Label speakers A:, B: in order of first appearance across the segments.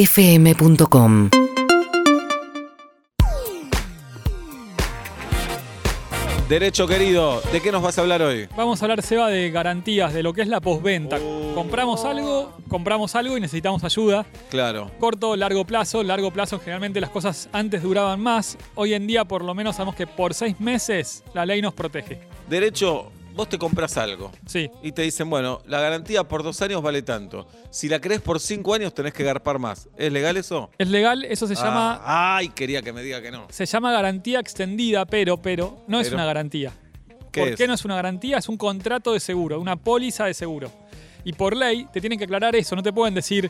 A: urbanaplayfm.com
B: Derecho querido, ¿de qué nos vas a hablar hoy?
C: Vamos a hablar, Seba, de garantías, de lo que es la postventa.
B: Oh.
C: Compramos algo, compramos algo y necesitamos ayuda.
B: Claro.
C: Corto, largo plazo. Largo plazo, generalmente las cosas antes duraban más. Hoy en día, por lo menos, sabemos que por seis meses la ley nos protege.
B: Derecho, vos te compras algo
C: Sí,
B: y te dicen, bueno, la garantía por dos años vale tanto. Si la crees por cinco años tenés que garpar más. ¿Es legal eso?
C: es legal, eso se llama.
B: Ah, ay, quería que me diga que no.
C: Se llama garantía extendida, pero, pero, no es
B: Pero.
C: una garantía.
B: ¿Qué
C: ¿Por
B: es?
C: qué no es una garantía? Es un contrato de seguro, una póliza de seguro. Y por ley te tienen que aclarar eso, no te pueden decir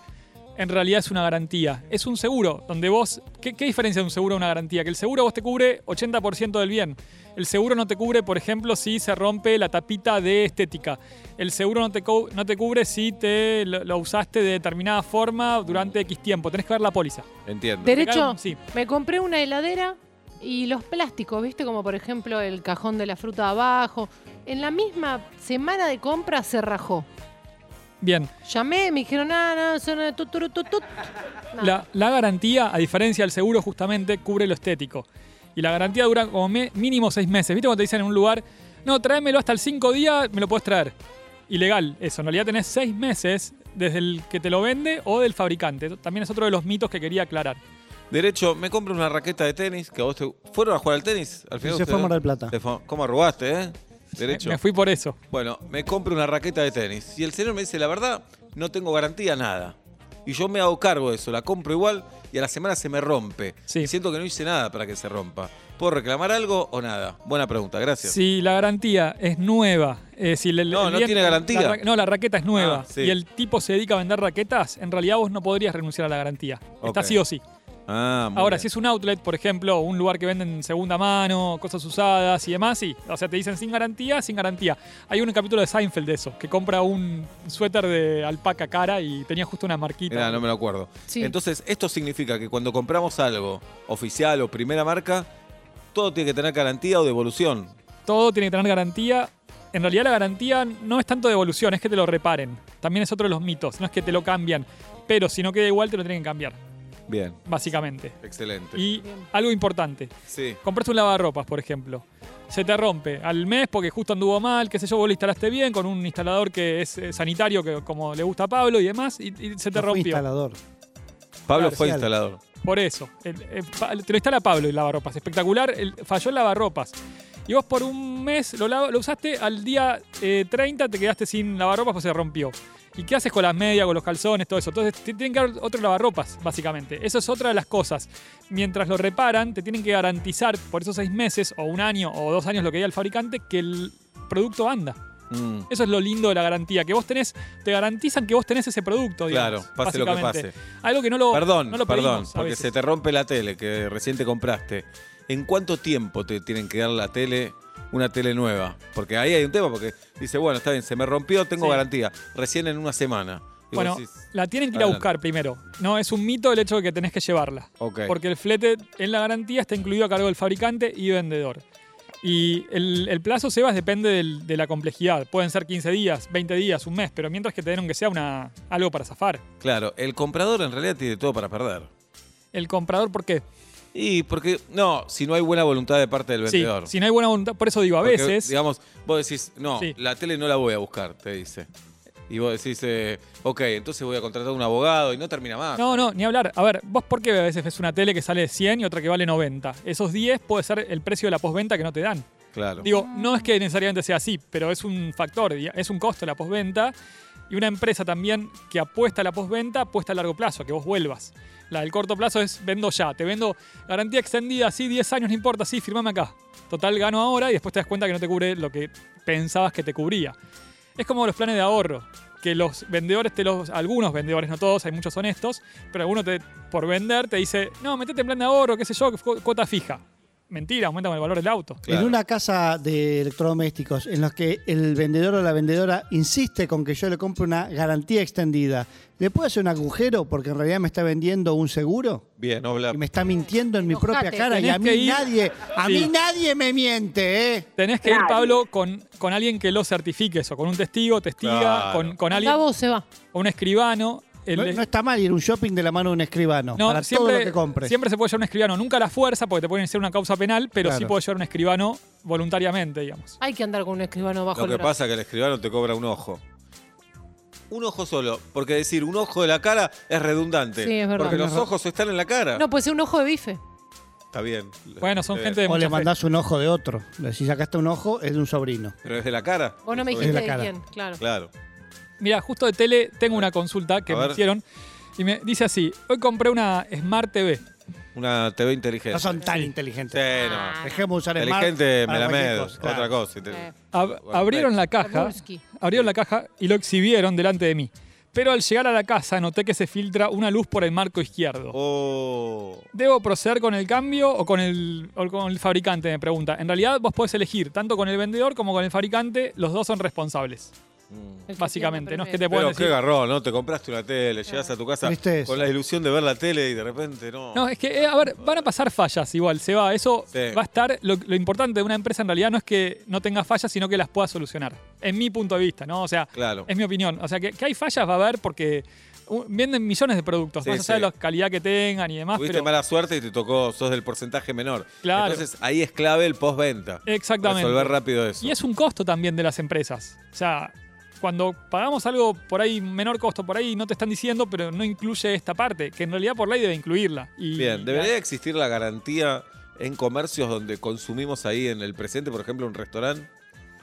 C: en realidad es una garantía. Es un seguro, donde vos... ¿Qué, qué diferencia de un seguro a una garantía? Que el seguro vos te cubre 80% del bien. El seguro no te cubre, por ejemplo, si se rompe la tapita de estética. El seguro no te, cu- no te cubre si te lo, lo usaste de determinada forma durante X tiempo. Tenés que ver la póliza.
B: Entiendo.
D: Derecho,
C: Acá, sí.
D: me compré una heladera y los plásticos, ¿viste? Como por ejemplo el cajón de la fruta abajo. En la misma semana de compra se rajó.
C: Bien.
D: Llamé, me dijeron, ah, no, eso no, tut, tut, tut, tut". Nada.
C: La, la garantía, a diferencia del seguro, justamente cubre lo estético. Y la garantía dura como me- mínimo seis meses. ¿Viste cuando te dicen en un lugar, no, tráemelo hasta el cinco días, me lo puedes traer? Ilegal eso. En realidad tenés seis meses desde el que te lo vende o del fabricante. También es otro de los mitos que quería aclarar.
B: Derecho, me compro una raqueta de tenis que a vos te... ¿Fueron a jugar al tenis? Al final
E: se
B: ustedes
E: fue a
B: dos?
E: Mar del Plata.
B: Te fue- ¿Cómo arrugaste, eh?
C: Me,
B: Derecho.
C: me fui por eso.
B: Bueno, me compro una raqueta de tenis. Y el señor me dice, la verdad, no tengo garantía nada. Y yo me hago cargo de eso, la compro igual y a la semana se me rompe.
C: Sí.
B: Siento que no hice nada para que se rompa. ¿Puedo reclamar algo o nada? Buena pregunta, gracias.
C: Si la garantía es nueva, eh, si le-
B: No,
C: el
B: no
C: bien-
B: tiene garantía.
C: la ra- no, la raqueta es nueva
B: Ah, sí.
C: y el tipo se dedica a vender raquetas, en realidad vos no podrías renunciar a la garantía. Está
B: Ok.
C: sí o sí.
B: Ah, muy
C: Ahora,
B: bien.
C: si es un outlet, por ejemplo, un lugar que venden segunda mano, cosas usadas y demás, sí. O sea, te dicen sin garantía, sin garantía. Hay un capítulo de Seinfeld de eso, que compra un suéter de alpaca cara y tenía justo una marquita.
B: Mirá, no me lo acuerdo.
D: Sí.
B: Entonces, esto significa que cuando compramos algo oficial o primera marca, todo tiene que tener garantía o devolución.
C: Todo tiene que tener garantía. En realidad la garantía no es tanto de evolución, es que te lo reparen. También es otro de los mitos, no es que te lo cambian, pero si no queda igual te lo tienen que cambiar,
B: Bien,
C: básicamente.
B: excelente.
C: Y algo importante,
B: Sí,
C: Compraste un lavarropas, por ejemplo. Se te rompe al mes porque justo anduvo mal, qué sé yo, vos lo instalaste bien con un instalador que es eh, sanitario, que como le gusta a Pablo y demás, y, y se te
E: Yo fui
C: rompió.
E: instalador.
B: Pablo
E: Claro,
B: fue
E: sí,
B: instalador.
C: Por eso. El- el pa- te lo instala Pablo el lavarropas. Espectacular. el- falló el lavarropas. Y vos por un mes lo, lava- lo usaste, al día eh, 30 te quedaste sin lavarropas porque se rompió. ¿Y qué haces con las medias, con los calzones, todo eso? Entonces te tienen que dar otro lavarropas, básicamente. Eso es otra de las cosas. Mientras lo reparan, te tienen que garantizar por esos seis meses, o un año, o dos años, lo que diga el fabricante, que el producto anda.
B: Mm,
C: Eso es lo lindo de la garantía, que vos tenés, te garantizan que vos tenés ese producto, digamos,
B: claro, pase lo que
C: básicamente.
B: pase.
C: Algo que no lo
B: Perdón,
C: no lo
B: perdón,
C: pedimos a
B: porque
C: veces.
B: se te rompe la tele que recién te compraste. ¿En cuánto tiempo te tienen que dar la tele, una tele nueva? Porque ahí hay un tema, porque dice, bueno, está bien, se me rompió, tengo
C: Sí.
B: garantía. Recién en una semana. Y vos
C: Bueno,
B: decís,
C: la tienen que ir a
B: Adelante.
C: buscar primero. No, es un mito el hecho de que tenés que llevarla.
B: ok.
C: Porque el flete en la garantía está incluido a cargo del fabricante y vendedor. Y el, el plazo, Sebas, depende del- de la complejidad. Pueden ser 15 días, 20 días, un mes, pero mientras que te den que sea una, algo para zafar.
B: Claro, el comprador en realidad tiene todo para perder.
C: El comprador, ¿por qué?
B: Y porque, no, si no hay buena voluntad de parte del
C: Sí,
B: vendedor.
C: si no hay buena voluntad, por eso digo, a
B: Porque,
C: veces...
B: Digamos, vos decís, no,
C: Sí.
B: la tele no la voy a buscar, te dice. Y vos decís, eh, ok, entonces voy a contratar un abogado y no termina más.
C: No, no, ni hablar. A ver, vos por qué a veces ves una tele que sale 100 y otra que vale 90. Esos 10 puede ser el precio de la postventa que no te dan.
B: Claro.
C: Digo, no es que necesariamente sea así, pero es un factor, diga- es un costo la postventa. Y una empresa también que apuesta a la postventa, apuesta a largo plazo, a que vos vuelvas. La del corto plazo es vendo ya, te vendo garantía extendida, sí, 10 años, no importa, sí, firmame acá. Total, gano ahora y después te das cuenta que no te cubre lo que pensabas que te cubría. Es como los planes de ahorro, que los vendedores te los. Algunos vendedores, no todos, hay muchos honestos, pero alguno te, por vender te dice, no, metete en plan de ahorro, qué sé yo, cu- cuota fija. Mentira, aumenta con el valor del auto.
B: Claro.
E: En una casa de electrodomésticos en los que el vendedor o la vendedora insiste con que yo le compre una garantía extendida, ¿le puedo hacer un agujero porque en realidad me está vendiendo un seguro?
B: Bien, no habla.
E: Y me está mintiendo en mi
D: Enojate,
E: propia cara y
C: tenés
E: a
C: que
E: mí
C: ir-
E: nadie, a
C: Sí.
E: mí nadie me miente, ¿eh?
C: Tenés que ir, Pablo, con, con alguien que lo certifique eso, con un testigo, testiga,
B: Claro.
C: con, con
D: Andá
C: alguien,
D: vos, se va.
C: un escribano. el-
E: no, no está mal ir a un shopping de la mano de un escribano
C: no,
E: para todo lo que compres.
C: Siempre se puede llevar un escribano, nunca a la fuerza, porque te pueden hacer una causa penal, pero sí
E: Claro.
C: puede llevar un escribano voluntariamente, digamos.
D: Hay que andar con un escribano bajo
B: Lo
D: el
B: que
D: brazo.
B: pasa es que el escribano te cobra un ojo. Un ojo solo, porque decir un ojo de la cara es redundante.
D: Sí, es verdad.
B: Porque los
E: Tenés ra-
B: ojos están en la cara.
D: No, puede ser un ojo de bife.
B: Está bien.
C: Bueno, son
B: Eh,
C: gente de
E: O
C: mucha
E: le
C: fe.
E: mandás un ojo de otro. Le decís, acá está un ojo, es de un sobrino.
B: Pero es de la cara.
D: Vos no me
E: Es
D: dijiste
E: la
D: de
E: cara.
D: quién, claro.
B: Claro.
C: Mira, justo de tele tengo una consulta que
B: A
C: me
B: ver.
C: hicieron y me dice así, hoy compré una Smart TV.
B: Una TV inteligente.
E: No son tan
B: Sí,
E: inteligentes.
B: no.
E: Dejemos usar el
B: Inteligente, me
E: para
B: la
E: cualquier
B: medo.
E: cosa, claro.
B: Otra cosa. inte-
D: Eh.
C: Ab- abrieron la caja,
D: Kabursky.
C: abrieron la caja y lo exhibieron delante de mí. Pero al llegar a la casa noté que se filtra una luz por el marco izquierdo.
B: Oh.
C: ¿Debo proceder con el cambio o con el, o con el fabricante? Me pregunta. En realidad vos podés elegir, tanto con el vendedor como con el fabricante, los dos son responsables,
B: Mm.
D: El que
C: básicamente.
D: tiene
C: No es que te
B: Pero
C: puedan
B: qué
C: decir...
B: garrón, ¿no? Te compraste una tele, llegas a tu casa
E: Tristeza.
B: con la ilusión de ver la tele y de repente no.
C: No, es que, eh, a ver, van a pasar fallas igual, se va. Eso
B: Sí.
C: va a estar. Lo, lo importante de una empresa en realidad no es que no tenga fallas, sino que las pueda solucionar. En mi punto de vista, ¿no? O sea,
B: Claro.
C: es mi opinión. O sea, que, que hay fallas va a haber porque uh, venden millones de productos,
B: Sí,
C: más allá
B: sí.
C: de la calidad que tengan y demás.
B: Tuviste
C: pero-
B: mala suerte y te tocó, sos del porcentaje menor.
C: Claro.
B: Entonces ahí es clave el postventa.
C: Exactamente.
B: Resolver rápido eso.
C: Y es un costo también de las empresas. O sea, cuando pagamos algo por ahí, menor costo por ahí, no te están diciendo, pero no incluye esta parte, que en realidad por ley debe incluirla. Y,
B: Bien, debería existir la garantía en comercios donde consumimos ahí en el presente, por ejemplo, un restaurante.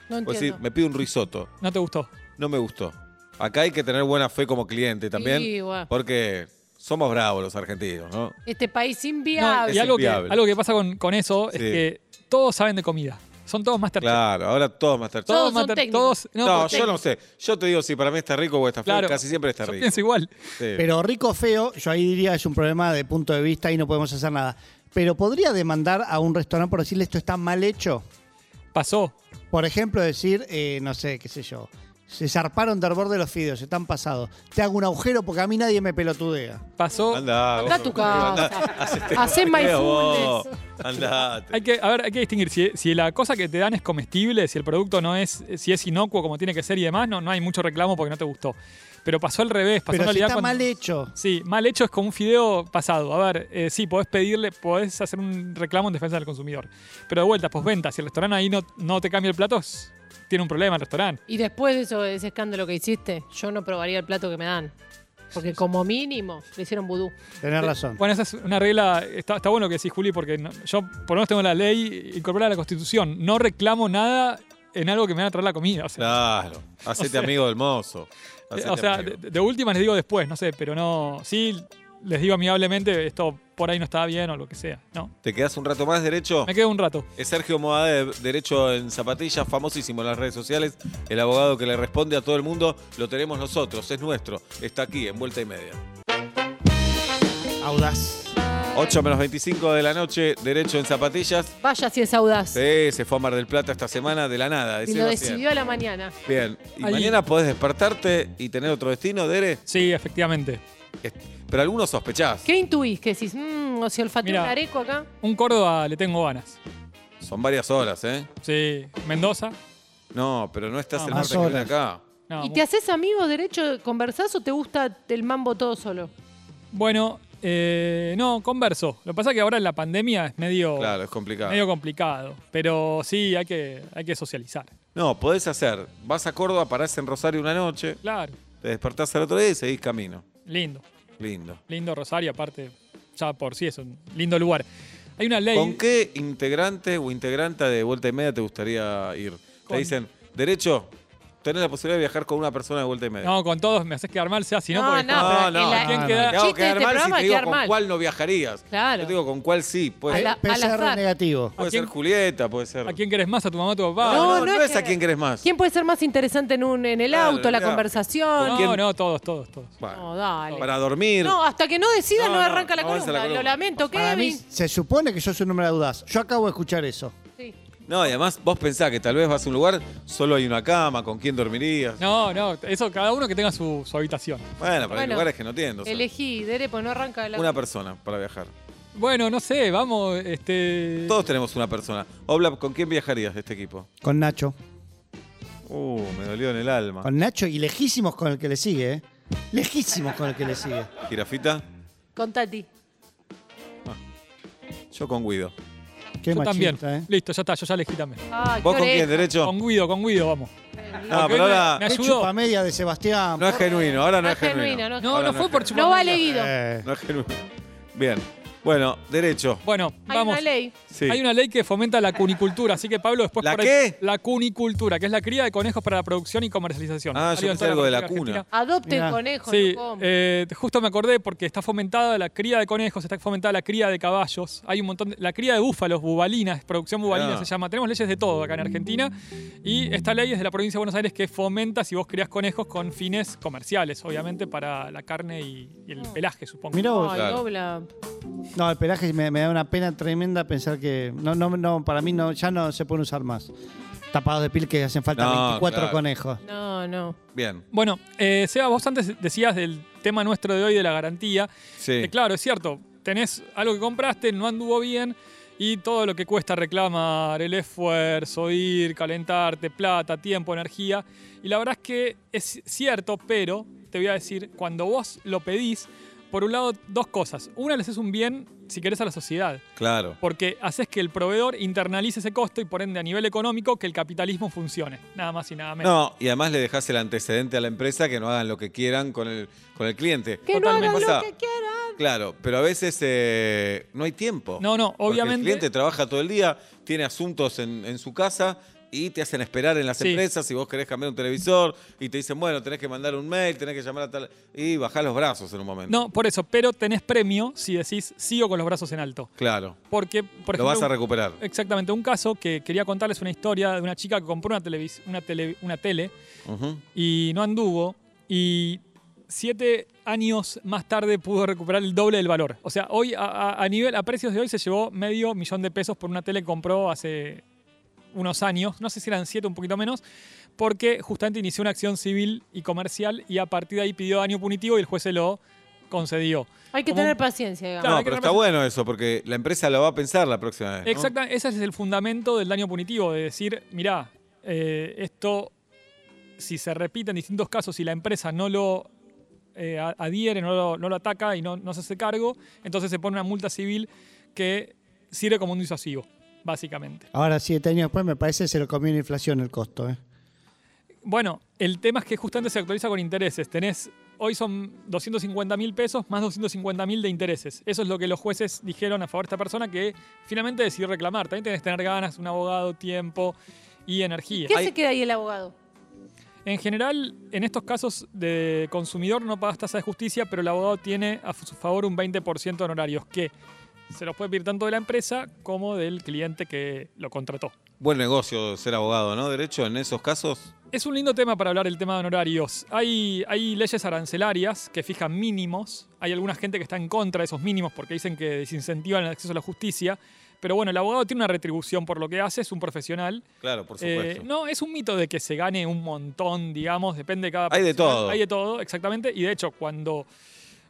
D: No
B: O decir,
D: entiendo.
B: me pido un risotto,
C: No te gustó.
B: no me gustó. Acá hay que tener buena fe como cliente también,
D: Sí, bueno.
B: porque somos bravos los argentinos, ¿no?
D: Este país
C: No,
D: inviable.
C: y algo que,
B: inviable.
C: algo que pasa con, con eso
B: Sí.
C: es que todos saben de comida. Son todos master
B: Claro, ahora todos más tarde.
D: Todos son
C: master-
D: técnicos.
C: todos- no,
B: No,
C: porque-
B: yo no sé. Yo te digo si para mí está rico o está feo,
C: Claro.
B: casi siempre está
C: yo
B: rico.
C: pienso igual.
B: Sí.
E: Pero rico o feo, yo ahí diría es un problema de punto de vista y no podemos hacer nada. Pero podría demandar a un restaurante por decirle esto está mal hecho.
C: Pasó.
E: Por ejemplo, decir, eh, no sé, qué sé yo, se zarparon del borde de los fideos, se están pasados. Te hago un agujero porque a mí nadie me pelotudea.
C: Pasó.
B: Andá,
D: Andá a
B: vos,
D: tu
B: andá,
D: casa.
B: hacete-
D: Hacé mindfulness.
B: vos, Andate.
C: Hay que, a ver, hay que distinguir si, si la cosa que te dan es comestible, si el producto no es, si es inocuo como tiene que ser y demás, no, no hay mucho reclamo porque no te gustó. Pero pasó al revés, pasó en
E: Pero si
C: realidad
E: está
C: cuando-
E: mal hecho.
C: Sí, mal hecho es como un fideo pasado. A ver, eh, sí, podés pedirle, podés hacer un reclamo en defensa del consumidor. Pero de vuelta, postventa, si el restaurante ahí no, no te cambia el plato, s- tiene un problema el restaurante.
D: Y después de eso, de ese escándalo que hiciste, yo no probaría el plato que me dan. Porque como mínimo le hicieron vudú.
E: Tenés razón.
C: Bueno, esa es una regla, está, está bueno lo que decís, Juli, porque no- yo por lo menos tengo la ley incorporada a la Constitución. No reclamo nada en algo que me van a traer la comida. O sea,
B: Claro, hacete amigo del mozo.
C: eh,
B: hacete
C: o sea,
B: amigo.
C: de, de última les digo después, no sé, pero no, sí les digo amigablemente, esto por ahí no estaba bien o lo que sea, ¿no?
B: ¿Te quedas un rato más derecho?
C: Me quedo un rato.
B: Es Sergio Moada de Derecho en Zapatillas, famosísimo en las redes sociales, el abogado que le responde a todo el mundo, lo tenemos nosotros, es nuestro, está aquí en vuelta y media.
E: Audaz.
B: 8 menos 25 de la noche, Derecho en Zapatillas.
D: Vaya si es audaz.
B: Sí, se fue a Mar del Plata esta semana de la nada.
D: y
B: decilo
D: lo
B: así.
D: decidió a la mañana.
B: Bien, y
C: Ahí.
B: mañana podés despertarte y tener otro destino, Dere,
C: Sí, efectivamente.
B: pero algunos sospechás.
D: ¿Qué intuís? Que decís, mmm, o si olfateó
C: Mirá.
D: un areco acá.
C: Un Córdoba le tengo ganas.
B: Son varias horas, ¿eh?
C: Sí, Mendoza.
B: No, pero no estás
C: Ah,
B: el
E: más
B: norte que viene
E: horas.
B: acá.
C: No,
D: ¿Y
C: mu-
D: te haces amigo derecho? ¿Conversás o te gusta el mambo todo solo?
C: Bueno, eh, no, converso. Lo que pasa es que ahora en la pandemia es medio,
B: Claro, es complicado.
C: medio complicado, pero sí hay que, hay que socializar.
B: No, podés hacer. Vas a Córdoba, parás en Rosario una noche,
C: Claro,
B: te despertás al otro día y seguís camino.
C: lindo.
B: Lindo.
C: Lindo Rosario, aparte, ya por sí es un lindo lugar. Hay una ley.
B: ¿Con qué integrante o integranta de vuelta y media te gustaría ir? Te
C: Con-
B: dicen, derecho, tenés la posibilidad de viajar con una persona de vuelta y media.
C: No, con todos me haces quedar mal, sea si no,
D: No,
C: porque-
D: no, pero
B: no,
D: el-
B: no,
D: el
C: ¿quién queda?
B: Te
D: chiste
B: hago
D: de
B: quedar
D: este
B: mal si
D: programa
B: te
D: es
B: digo
D: quedar
B: con
D: mal.
B: cuál no viajarías.
D: Claro.
B: Yo te digo con cuál sí.
D: A
B: Puede,
D: la-
E: PCR
D: azar.
E: negativo.
B: puede
C: ¿a
B: ser
C: quién-
B: Julieta, puede ser.
C: ¿A quién querés más? ¿A tu mamá o a tu
B: No,
C: papá?
B: no,
D: No, no es
B: es a
D: que-
B: quién querés más.
D: ¿Quién puede ser más interesante en, un, en el
B: Claro,
D: auto, la
B: mirá.
D: conversación?
B: ¿Con
C: no,
B: quién?
C: no, todos, todos, todos.
B: Bueno,
D: No, dale.
B: para dormir.
D: No, hasta que no decidas
B: No,
D: no,
B: no,
D: arranca la
B: no avanza
D: columna.
B: la columna.
D: Lo lamento,
E: Para mí
D: Kevin.
E: se supone que yo soy un hombre audaz. Yo acabo de escuchar eso.
D: Sí.
B: No, y además vos pensás que tal vez vas a un lugar, solo hay una cama, ¿con quién dormirías?
C: No, no, eso cada uno que tenga su, su habitación.
B: Bueno, pero hay
D: Bueno,
B: lugares que no tienen. o sea,
D: Elegí, Dere, pues no arranca la
B: una persona para viajar.
C: Bueno, no sé, vamos, este.
B: Todos tenemos una persona. Obla, ¿con quién viajarías de este equipo?
E: Con Nacho.
B: Uh, me dolió en el alma.
E: Con Nacho y lejísimos con el que le sigue. ¿eh? Lejísimos con el que le sigue.
B: ¿Girafita?
D: Con Tati.
B: Yo con Guido.
E: Qué
C: yo
E: machista,
C: también.
E: ¿eh?
C: Listo, ya está, yo ya elegí también.
D: Ay,
B: ¿Vos
D: Ah, qué
B: con
D: oreja.
B: quién? ¿Derecho?
C: Con Guido, con Guido, vamos.
B: No,
C: Porque
B: pero
C: hoy me-
B: ahora
C: me
E: Qué
C: ayudó.
E: chupamedia de Sebastián.
B: no es genuino. Ahora no es genuino.
D: no es-
C: No,
B: Ahora
C: no fue
B: es
C: por
B: genuino.
D: No vale Guido.
E: Eh,
B: No es genuino. Bien. Bueno, derecho.
C: Bueno,
D: Hay
C: vamos.
D: una ley.
B: Sí.
C: Hay una ley que fomenta la cunicultura, así que Pablo después
B: ¿La
C: por ahí-
B: qué?
C: la cunicultura, que es la cría de conejos para la producción y comercialización.
B: Ah, yo
C: Salió en
B: pensé
C: toda
B: algo de la
C: República
B: cuna.
C: Argentina.
D: Adopten
E: Mirá.
D: conejos.
C: Sí,
D: no coman.
C: eh, justo me acordé porque está fomentada la cría de conejos, está fomentada la cría de caballos, hay un montón de, la cría de búfalos, bubalinas, producción bubalina
B: Mirá.
C: se llama. Tenemos leyes de todo acá en Argentina y esta ley es de la provincia de Buenos Aires que fomenta si vos criás conejos con fines comerciales, obviamente para la carne y, y el pelaje, supongo.
E: mirá vos.
D: Ay,
B: Claro.
D: dobla.
E: No, el pelaje me, me da una pena tremenda pensar que. No, no, no, para mí no, ya no se pueden usar más. Tapados de piel que hacen falta
B: No,
E: 24
B: claro.
E: conejos.
D: No, no.
B: Bien.
C: Bueno, eh, Seba, vos antes decías del tema nuestro de hoy de la garantía.
B: Sí.
C: Que Eh, claro, es cierto, tenés algo que compraste, no anduvo bien y todo lo que cuesta reclamar, el esfuerzo, ir, calentarte, plata, tiempo, energía. Y la verdad es que es cierto, pero te voy a decir, cuando vos lo pedís, por un lado, dos cosas. Una, le haces un bien, si querés, a la sociedad,
B: Claro.
C: porque haces que el proveedor internalice ese costo y por ende a nivel económico que el capitalismo funcione, nada más y nada menos.
B: No, y además le dejas el antecedente a la empresa que no hagan lo que quieran con el, con el cliente.
D: Que no
C: Totalmente.
D: hagan
B: Pasa-
D: lo que quieran.
B: Claro, pero a veces eh, no hay tiempo.
C: No, no,
B: Porque
C: obviamente.
B: El cliente trabaja todo el día, tiene asuntos en, en su casa y te hacen esperar en las
C: Sí.
B: empresas si vos querés cambiar un televisor y te dicen, bueno, tenés que mandar un mail, tenés que llamar a tal. Y bajás los brazos en un momento.
C: No, por eso, pero tenés premio si decís sigo con los brazos en alto.
B: Claro.
C: Porque, por ejemplo, eh,
B: lo vas a recuperar.
C: Exactamente, un caso que quería contarles una historia de una chica que compró una, televis una, tele, una tele
B: Ujú.
C: y no anduvo y siete años más tarde pudo recuperar el doble del valor. O sea, hoy a, a- a nivel a precios de hoy se llevó medio millón de pesos por una tele que compró hace unos años, no sé si eran siete, un poquito menos, porque justamente inició una acción civil y comercial y a partir de ahí pidió daño punitivo y el juez se lo concedió.
D: Hay que
C: Como-
D: tener paciencia, digamos.
C: Claro, hay
B: no,
C: que
B: pero está
C: representar-
B: bueno eso, porque la empresa lo va a pensar la próxima vez. ¿no?
C: Exacta, ese es el fundamento del daño punitivo, de decir, mirá, eh, esto, si se repite en distintos casos, si la empresa no lo eh, a- adhiere, no lo, no lo ataca y no, no se hace cargo, entonces se pone una multa civil que sirve como un disuasivo, básicamente.
E: Ahora, siete años después, me parece que se lo comió la inflación el costo. ¿eh?
C: Bueno, el tema es que justamente se actualiza con intereses. Tenés, hoy son 250 mil pesos más 250 mil de intereses. Eso es lo que los jueces dijeron a favor de esta persona que finalmente decidió reclamar. También tenés que tener ganas, un abogado, tiempo y energía.
D: ¿Qué
B: Hay-
D: se queda ahí el abogado?
C: En general, en estos casos de consumidor no pagas tasa de justicia, pero el abogado tiene a su favor un 20% de honorarios que se los puede pedir tanto de la empresa como del cliente que lo contrató.
B: Buen negocio ser abogado, ¿no? Derecho en esos casos.
C: Es un lindo tema para hablar el tema de honorarios. Hay, hay leyes arancelarias que fijan mínimos. Hay alguna gente que está en contra de esos mínimos porque dicen que desincentivan el acceso a la justicia. Pero bueno, el abogado tiene una retribución por lo que hace, es un profesional.
B: Claro, por
C: Eh,
B: supuesto.
C: no, es un mito de que se gane un montón, digamos, depende de cada
B: Hay de
C: profesional.
B: todo.
C: Hay de todo, exactamente. Y de hecho, cuando,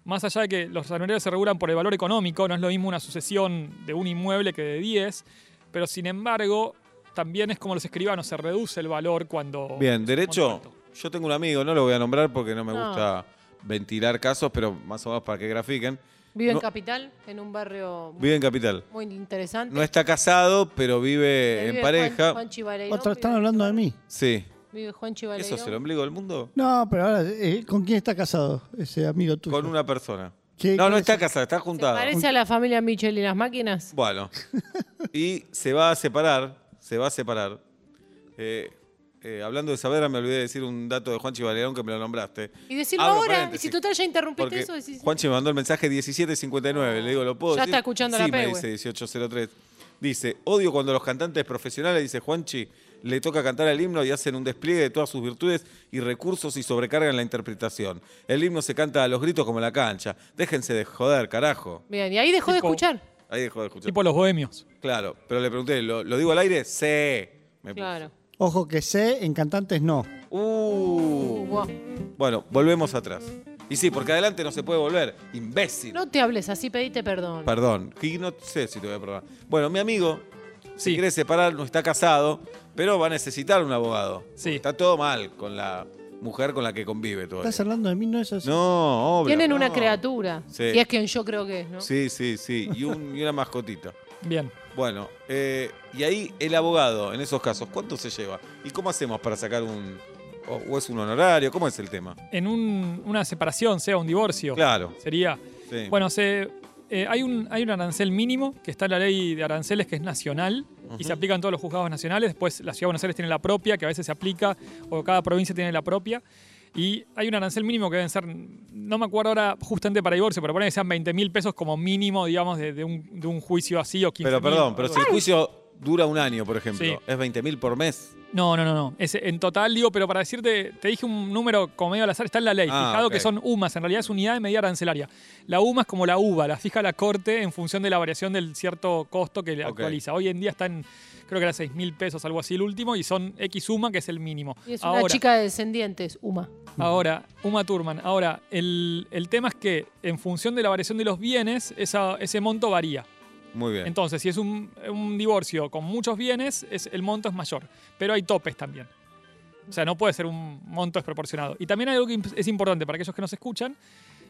C: más allá de que los honorarios se regulan por el valor económico, no es lo mismo una sucesión de un inmueble que de 10, pero sin embargo, también es como los escribanos, se reduce el valor cuando...
B: Bien, derecho.
C: Contrato.
B: Yo tengo un amigo, no lo voy a nombrar porque no me
D: No.
B: gusta ventilar casos, pero más o menos para que grafiquen.
D: Vive
B: No.
D: en Capital, en un barrio
B: Vive en Capital.
D: muy interesante.
B: No está casado, pero vive
D: Vive
B: en
D: Juan-
B: pareja.
D: Juan Chivareirón,
E: Otra, ¿Están
D: vive-
E: hablando de mí?
B: Sí.
D: Vive Juan
B: ¿Eso es el
D: Chivareirón.
B: ombligo del mundo?
E: No, pero ahora, eh, ¿con quién está casado ese amigo tuyo?
B: Con una persona.
E: ¿Qué-
B: No,
E: cuál
B: no
E: es
B: está
E: el-
B: casado, está
D: ¿Se
B: juntado.
D: parece a la familia Mitchell y las máquinas?
B: Bueno. Y se va a separar, se va a separar. Eh, eh, hablando de Saavedra, me olvidé de decir un dato de Juan Chivalerón que me lo nombraste.
D: Y decirlo
B: Abro
D: ahora, y
B: paréntesis.
D: si total ya interrumpiste
B: Porque
D: eso, decís...
B: Juanchi me mandó el mensaje 1759. Le digo, ¿lo puedo
D: Ya
B: decir?
D: está escuchando
B: sí,
D: la
B: me
D: Pehue.
B: dice 1803. Dice, odio cuando los cantantes profesionales, dice Juanchi, le toca cantar el himno y hacen un despliegue de todas sus virtudes y recursos y sobrecargan la interpretación. El himno se canta a los gritos como en la cancha. Déjense de joder, carajo.
D: Bien, y ahí dejó de
C: Tipo-
D: escuchar.
B: Ahí dejó de escuchar.
C: Tipo los bohemios.
B: Claro, pero le pregunté, ¿lo, lo digo al aire? Sí. Me puso.
D: Claro.
E: Ojo que sé, en cantantes no.
B: Uh.
D: Uh, buah.
B: Bueno, volvemos atrás. Y sí, porque adelante no se puede volver. Imbécil.
D: No te hables así, pedite perdón.
B: Perdón, y no sé si te voy a probar. Bueno, mi amigo se
C: Sí.
B: quiere separar, no está casado, pero va a necesitar un abogado.
C: Sí.
B: Está todo mal con la mujer con la que convive todavía.
E: ¿Estás hablando de mí? No es así.
B: No, obvio.
D: Tienen
B: no.
D: una criatura.
B: Sí.
D: Y es quien yo creo que es, ¿no?
B: Sí, sí, sí. Y, un- y una mascotita.
C: Bien.
B: Bueno, eh, y ahí el abogado, en esos casos, ¿cuánto se lleva? ¿Y cómo hacemos para sacar un. o, o es un honorario? ¿Cómo es el tema?
C: En un- una separación, sea un divorcio,
B: Claro.
C: sería.
B: Sí.
C: Bueno, se, eh, hay, un, hay un arancel mínimo que está en la ley de aranceles que es nacional y se aplica en todos los juzgados nacionales. Después la ciudad de Buenos Aires tiene la propia, que a veces se aplica, o cada provincia tiene la propia. Y hay un arancel mínimo que deben ser, no me acuerdo ahora justamente para divorcio, pero ponen que sean 20 mil pesos como mínimo, digamos, de, de un, de un juicio así o 15
B: pero perdón, pero si el juicio dura un año, por ejemplo,
C: Sí.
B: es 20 mil por mes.
C: No, no, no, no. Es en total, digo, pero para decirte, te dije un número como medio al azar, está en la ley,
B: Ah,
C: fijado
B: ok.
C: que son UMAS, en realidad es unidad de medida arancelaria. La UMA es como la UVA, la fija la corte en función de la variación del cierto costo que le
B: Ok.
C: actualiza. Hoy en día están, creo que era 6 mil pesos, algo así el último, y son X UMA, que es el mínimo.
D: Y es
C: ahora,
D: una chica de descendientes, Uma.
C: ahora, UMA Turman, ahora, el, el tema es que en función de la variación de los bienes, esa- ese monto varía.
B: Muy bien.
C: Entonces, si es un, un divorcio con muchos bienes, es, el monto es mayor. Pero hay topes también. O sea, no puede ser un monto desproporcionado. Y también hay algo que imp- es importante para aquellos que nos escuchan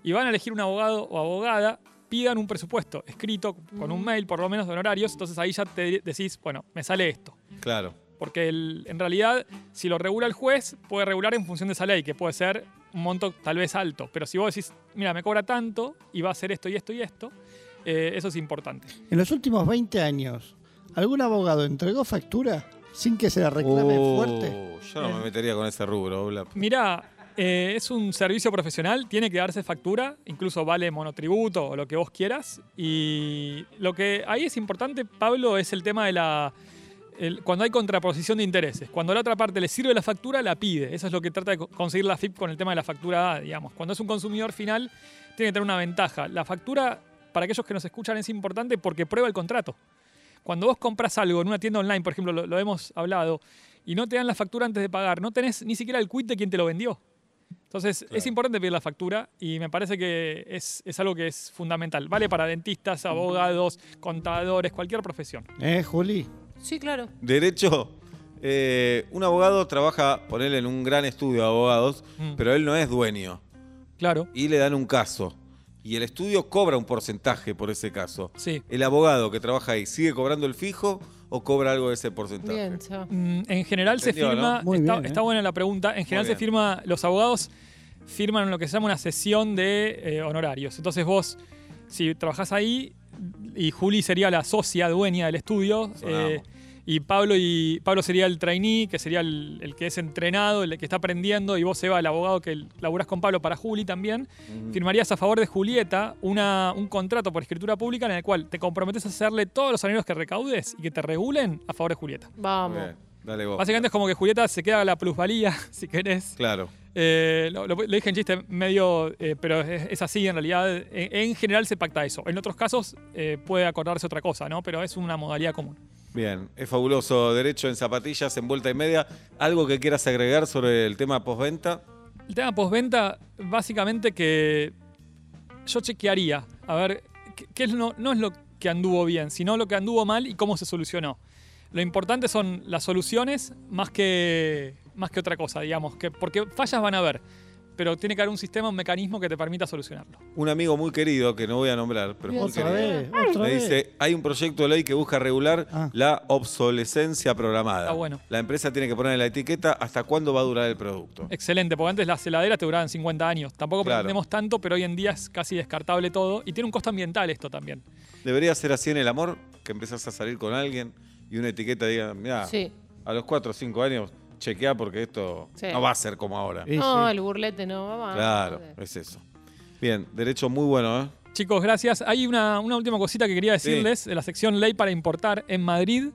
C: y van a elegir un abogado o abogada, pidan un presupuesto escrito con un mail, por lo menos de honorarios. Entonces ahí ya te decís, bueno, me sale esto.
B: claro.
C: Porque el- en realidad, si lo regula el juez, puede regular en función de esa ley, que puede ser un monto tal vez alto. Pero si vos decís, mira, me cobra tanto y va a hacer esto y esto y esto, eh, eso es importante.
E: En los últimos 20 años, ¿algún abogado entregó factura sin que se la reclame
B: Oh,
E: fuerte?
B: Yo
C: Eh.
B: no me metería con ese rubro, Oblap.
C: Mirá, eh, es un servicio profesional, tiene que darse factura, incluso vale monotributo o lo que vos quieras. Y lo que ahí es importante, Pablo, es el tema de la. el- cuando hay contraposición de intereses, cuando a la otra parte le sirve la factura, la pide. Eso es lo que trata de co- conseguir la FIP con el tema de la factura, digamos. Cuando es un consumidor final, tiene que tener una ventaja. La factura, para aquellos que nos escuchan, es importante porque prueba el contrato. Cuando vos compras algo en una tienda online, por ejemplo, lo, lo hemos hablado, y no te dan la factura antes de pagar, no tenés ni siquiera el quit de quien te lo vendió. Entonces, es importante pedir la factura y me parece que es, es algo que es fundamental. Vale para dentistas, abogados, contadores, cualquier profesión.
E: ¿Eh, Juli?
D: Sí, claro.
B: Derecho. eh, un abogado trabaja, ponele en un gran estudio de abogados,
C: Mm.
B: pero él no es dueño.
C: Claro.
B: Y le dan un caso. Y el estudio cobra un porcentaje por ese caso.
C: Sí.
B: ¿El abogado que trabaja ahí sigue cobrando el fijo o cobra algo de ese porcentaje?
D: Bien, ya.
C: Mm, en general se
B: Entendió,
C: firma,
E: ¿no? Muy
C: está,
E: bien, ¿eh?
C: está buena la pregunta, en general se
B: bien.
C: firma, los abogados firman lo que se llama una sesión de eh, honorarios. Entonces vos, si trabajás ahí, y Juli sería la socia dueña del estudio,
B: Sonamos.
C: eh, y Pablo y Pablo sería el trainee, que sería el, el que es entrenado, el que está aprendiendo, y vos, Eva, el abogado que laburás con Pablo para Juli también, firmarías a favor de Julieta una, un contrato por escritura pública en el cual te comprometes a hacerle todos los honorarios que recaudes y que te regulen a favor de Julieta.
B: Muy
D: Vamos.
B: bien, Dale vos.
C: Básicamente es como que Julieta se queda la plusvalía, si querés.
B: Claro.
C: Eh, lo, lo- lo dije en chiste medio, eh, pero es, es así en realidad. En, en general se pacta eso. En otros casos eh, puede acordarse otra cosa, ¿no? Pero es una modalidad común.
B: Bien, es fabuloso. Derecho en zapatillas, en vuelta y media. ¿Algo que quieras agregar sobre el tema postventa?
C: El tema postventa, básicamente que yo chequearía, a ver, qué, qué es lo- no es lo que anduvo bien, sino lo que anduvo mal y cómo se solucionó. Lo importante son las soluciones más que, más que otra cosa, digamos, que, porque fallas van a haber, pero tiene que haber un sistema, un mecanismo que te permita solucionarlo.
B: Un amigo muy querido, que no voy a nombrar, pero muy
E: Otra
B: querido.
E: vez, otra
B: Me
E: vez.
B: dice, hay un proyecto de ley que busca regular
E: Ah.
B: la obsolescencia programada.
C: Ah, bueno.
B: La empresa tiene que poner en la etiqueta hasta cuándo va a durar el producto.
C: Excelente, porque antes las heladeras te duraban 50 años. Tampoco
B: Claro.
C: pretendemos tanto, pero hoy en día es casi descartable todo. Y tiene un costo ambiental esto también.
B: Debería ser así en el amor, que empezás a salir con alguien y una etiqueta diga, mira,
D: Sí.
B: a los 4 o 5 años chequea porque esto
D: Sí.
B: no va a ser como ahora. Ah,
E: Sí,
D: no,
E: sí.
D: el burlete no. Vamos.
B: Claro, es eso. Bien, derecho muy bueno, ¿eh?
C: Chicos, gracias. Hay una, una última cosita que quería
B: Sí.
C: decirles de la sección Ley para importar en Madrid.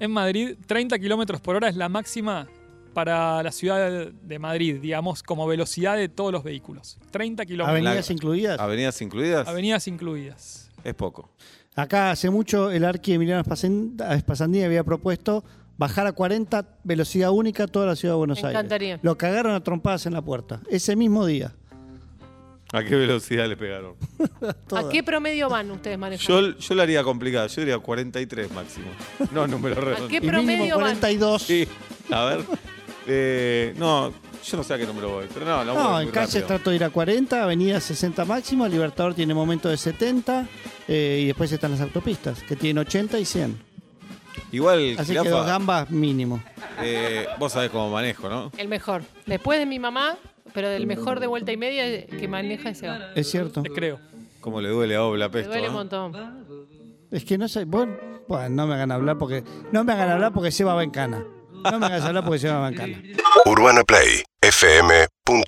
C: En Madrid, 30 kilómetros por hora es la máxima para la ciudad de Madrid, digamos, como velocidad de todos los vehículos. 30 kilómetros.
E: Avenidas
B: la-
E: incluidas.
B: Avenidas incluidas,
C: Avenidas incluidas.
B: es poco.
E: Acá hace mucho el arqui Emiliano Espasen- Espasandini había propuesto bajar a 40 velocidad única toda la ciudad de Buenos
D: Me
E: Aires.
D: encantaría.
E: Lo cagaron a trompadas en la puerta, ese mismo día.
B: ¿A qué velocidad le pegaron?
D: ¿A qué promedio van ustedes manejando?
B: Yo, yo la haría complicada, yo diría 43 máximo. No, número redondo.
D: qué
E: Y mínimo
D: promedio van?
E: 42.
B: Sí, a ver. Eh, no, Yo no sé a qué número voy, pero no, no,
E: No,
B: voy
E: en
B: muy
E: calle
B: rápido.
E: trato de ir a 40, avenida 60 máximo, Libertador tiene momento de 70 eh, y después están las autopistas, que tienen 80 y 100.
B: Igual,
E: Así que
B: jirafa,
E: dos gambas mínimo.
B: eh, vos sabés cómo manejo, ¿no?
D: El mejor. Después de mi mamá, pero del mejor de vuelta y media que maneja ese va.
E: Es cierto.
C: Te creo.
B: Cómo le duele a Obla
D: Me
B: Pesto.
D: duele
B: ¿eh?
D: un montón.
E: Es que no sé, bueno, bueno, no me hagan hablar porque no me hagan hablar porque Seba va en cana. No me hagas hablar porque Seba va en cana.
A: UrbanaPlayFM.com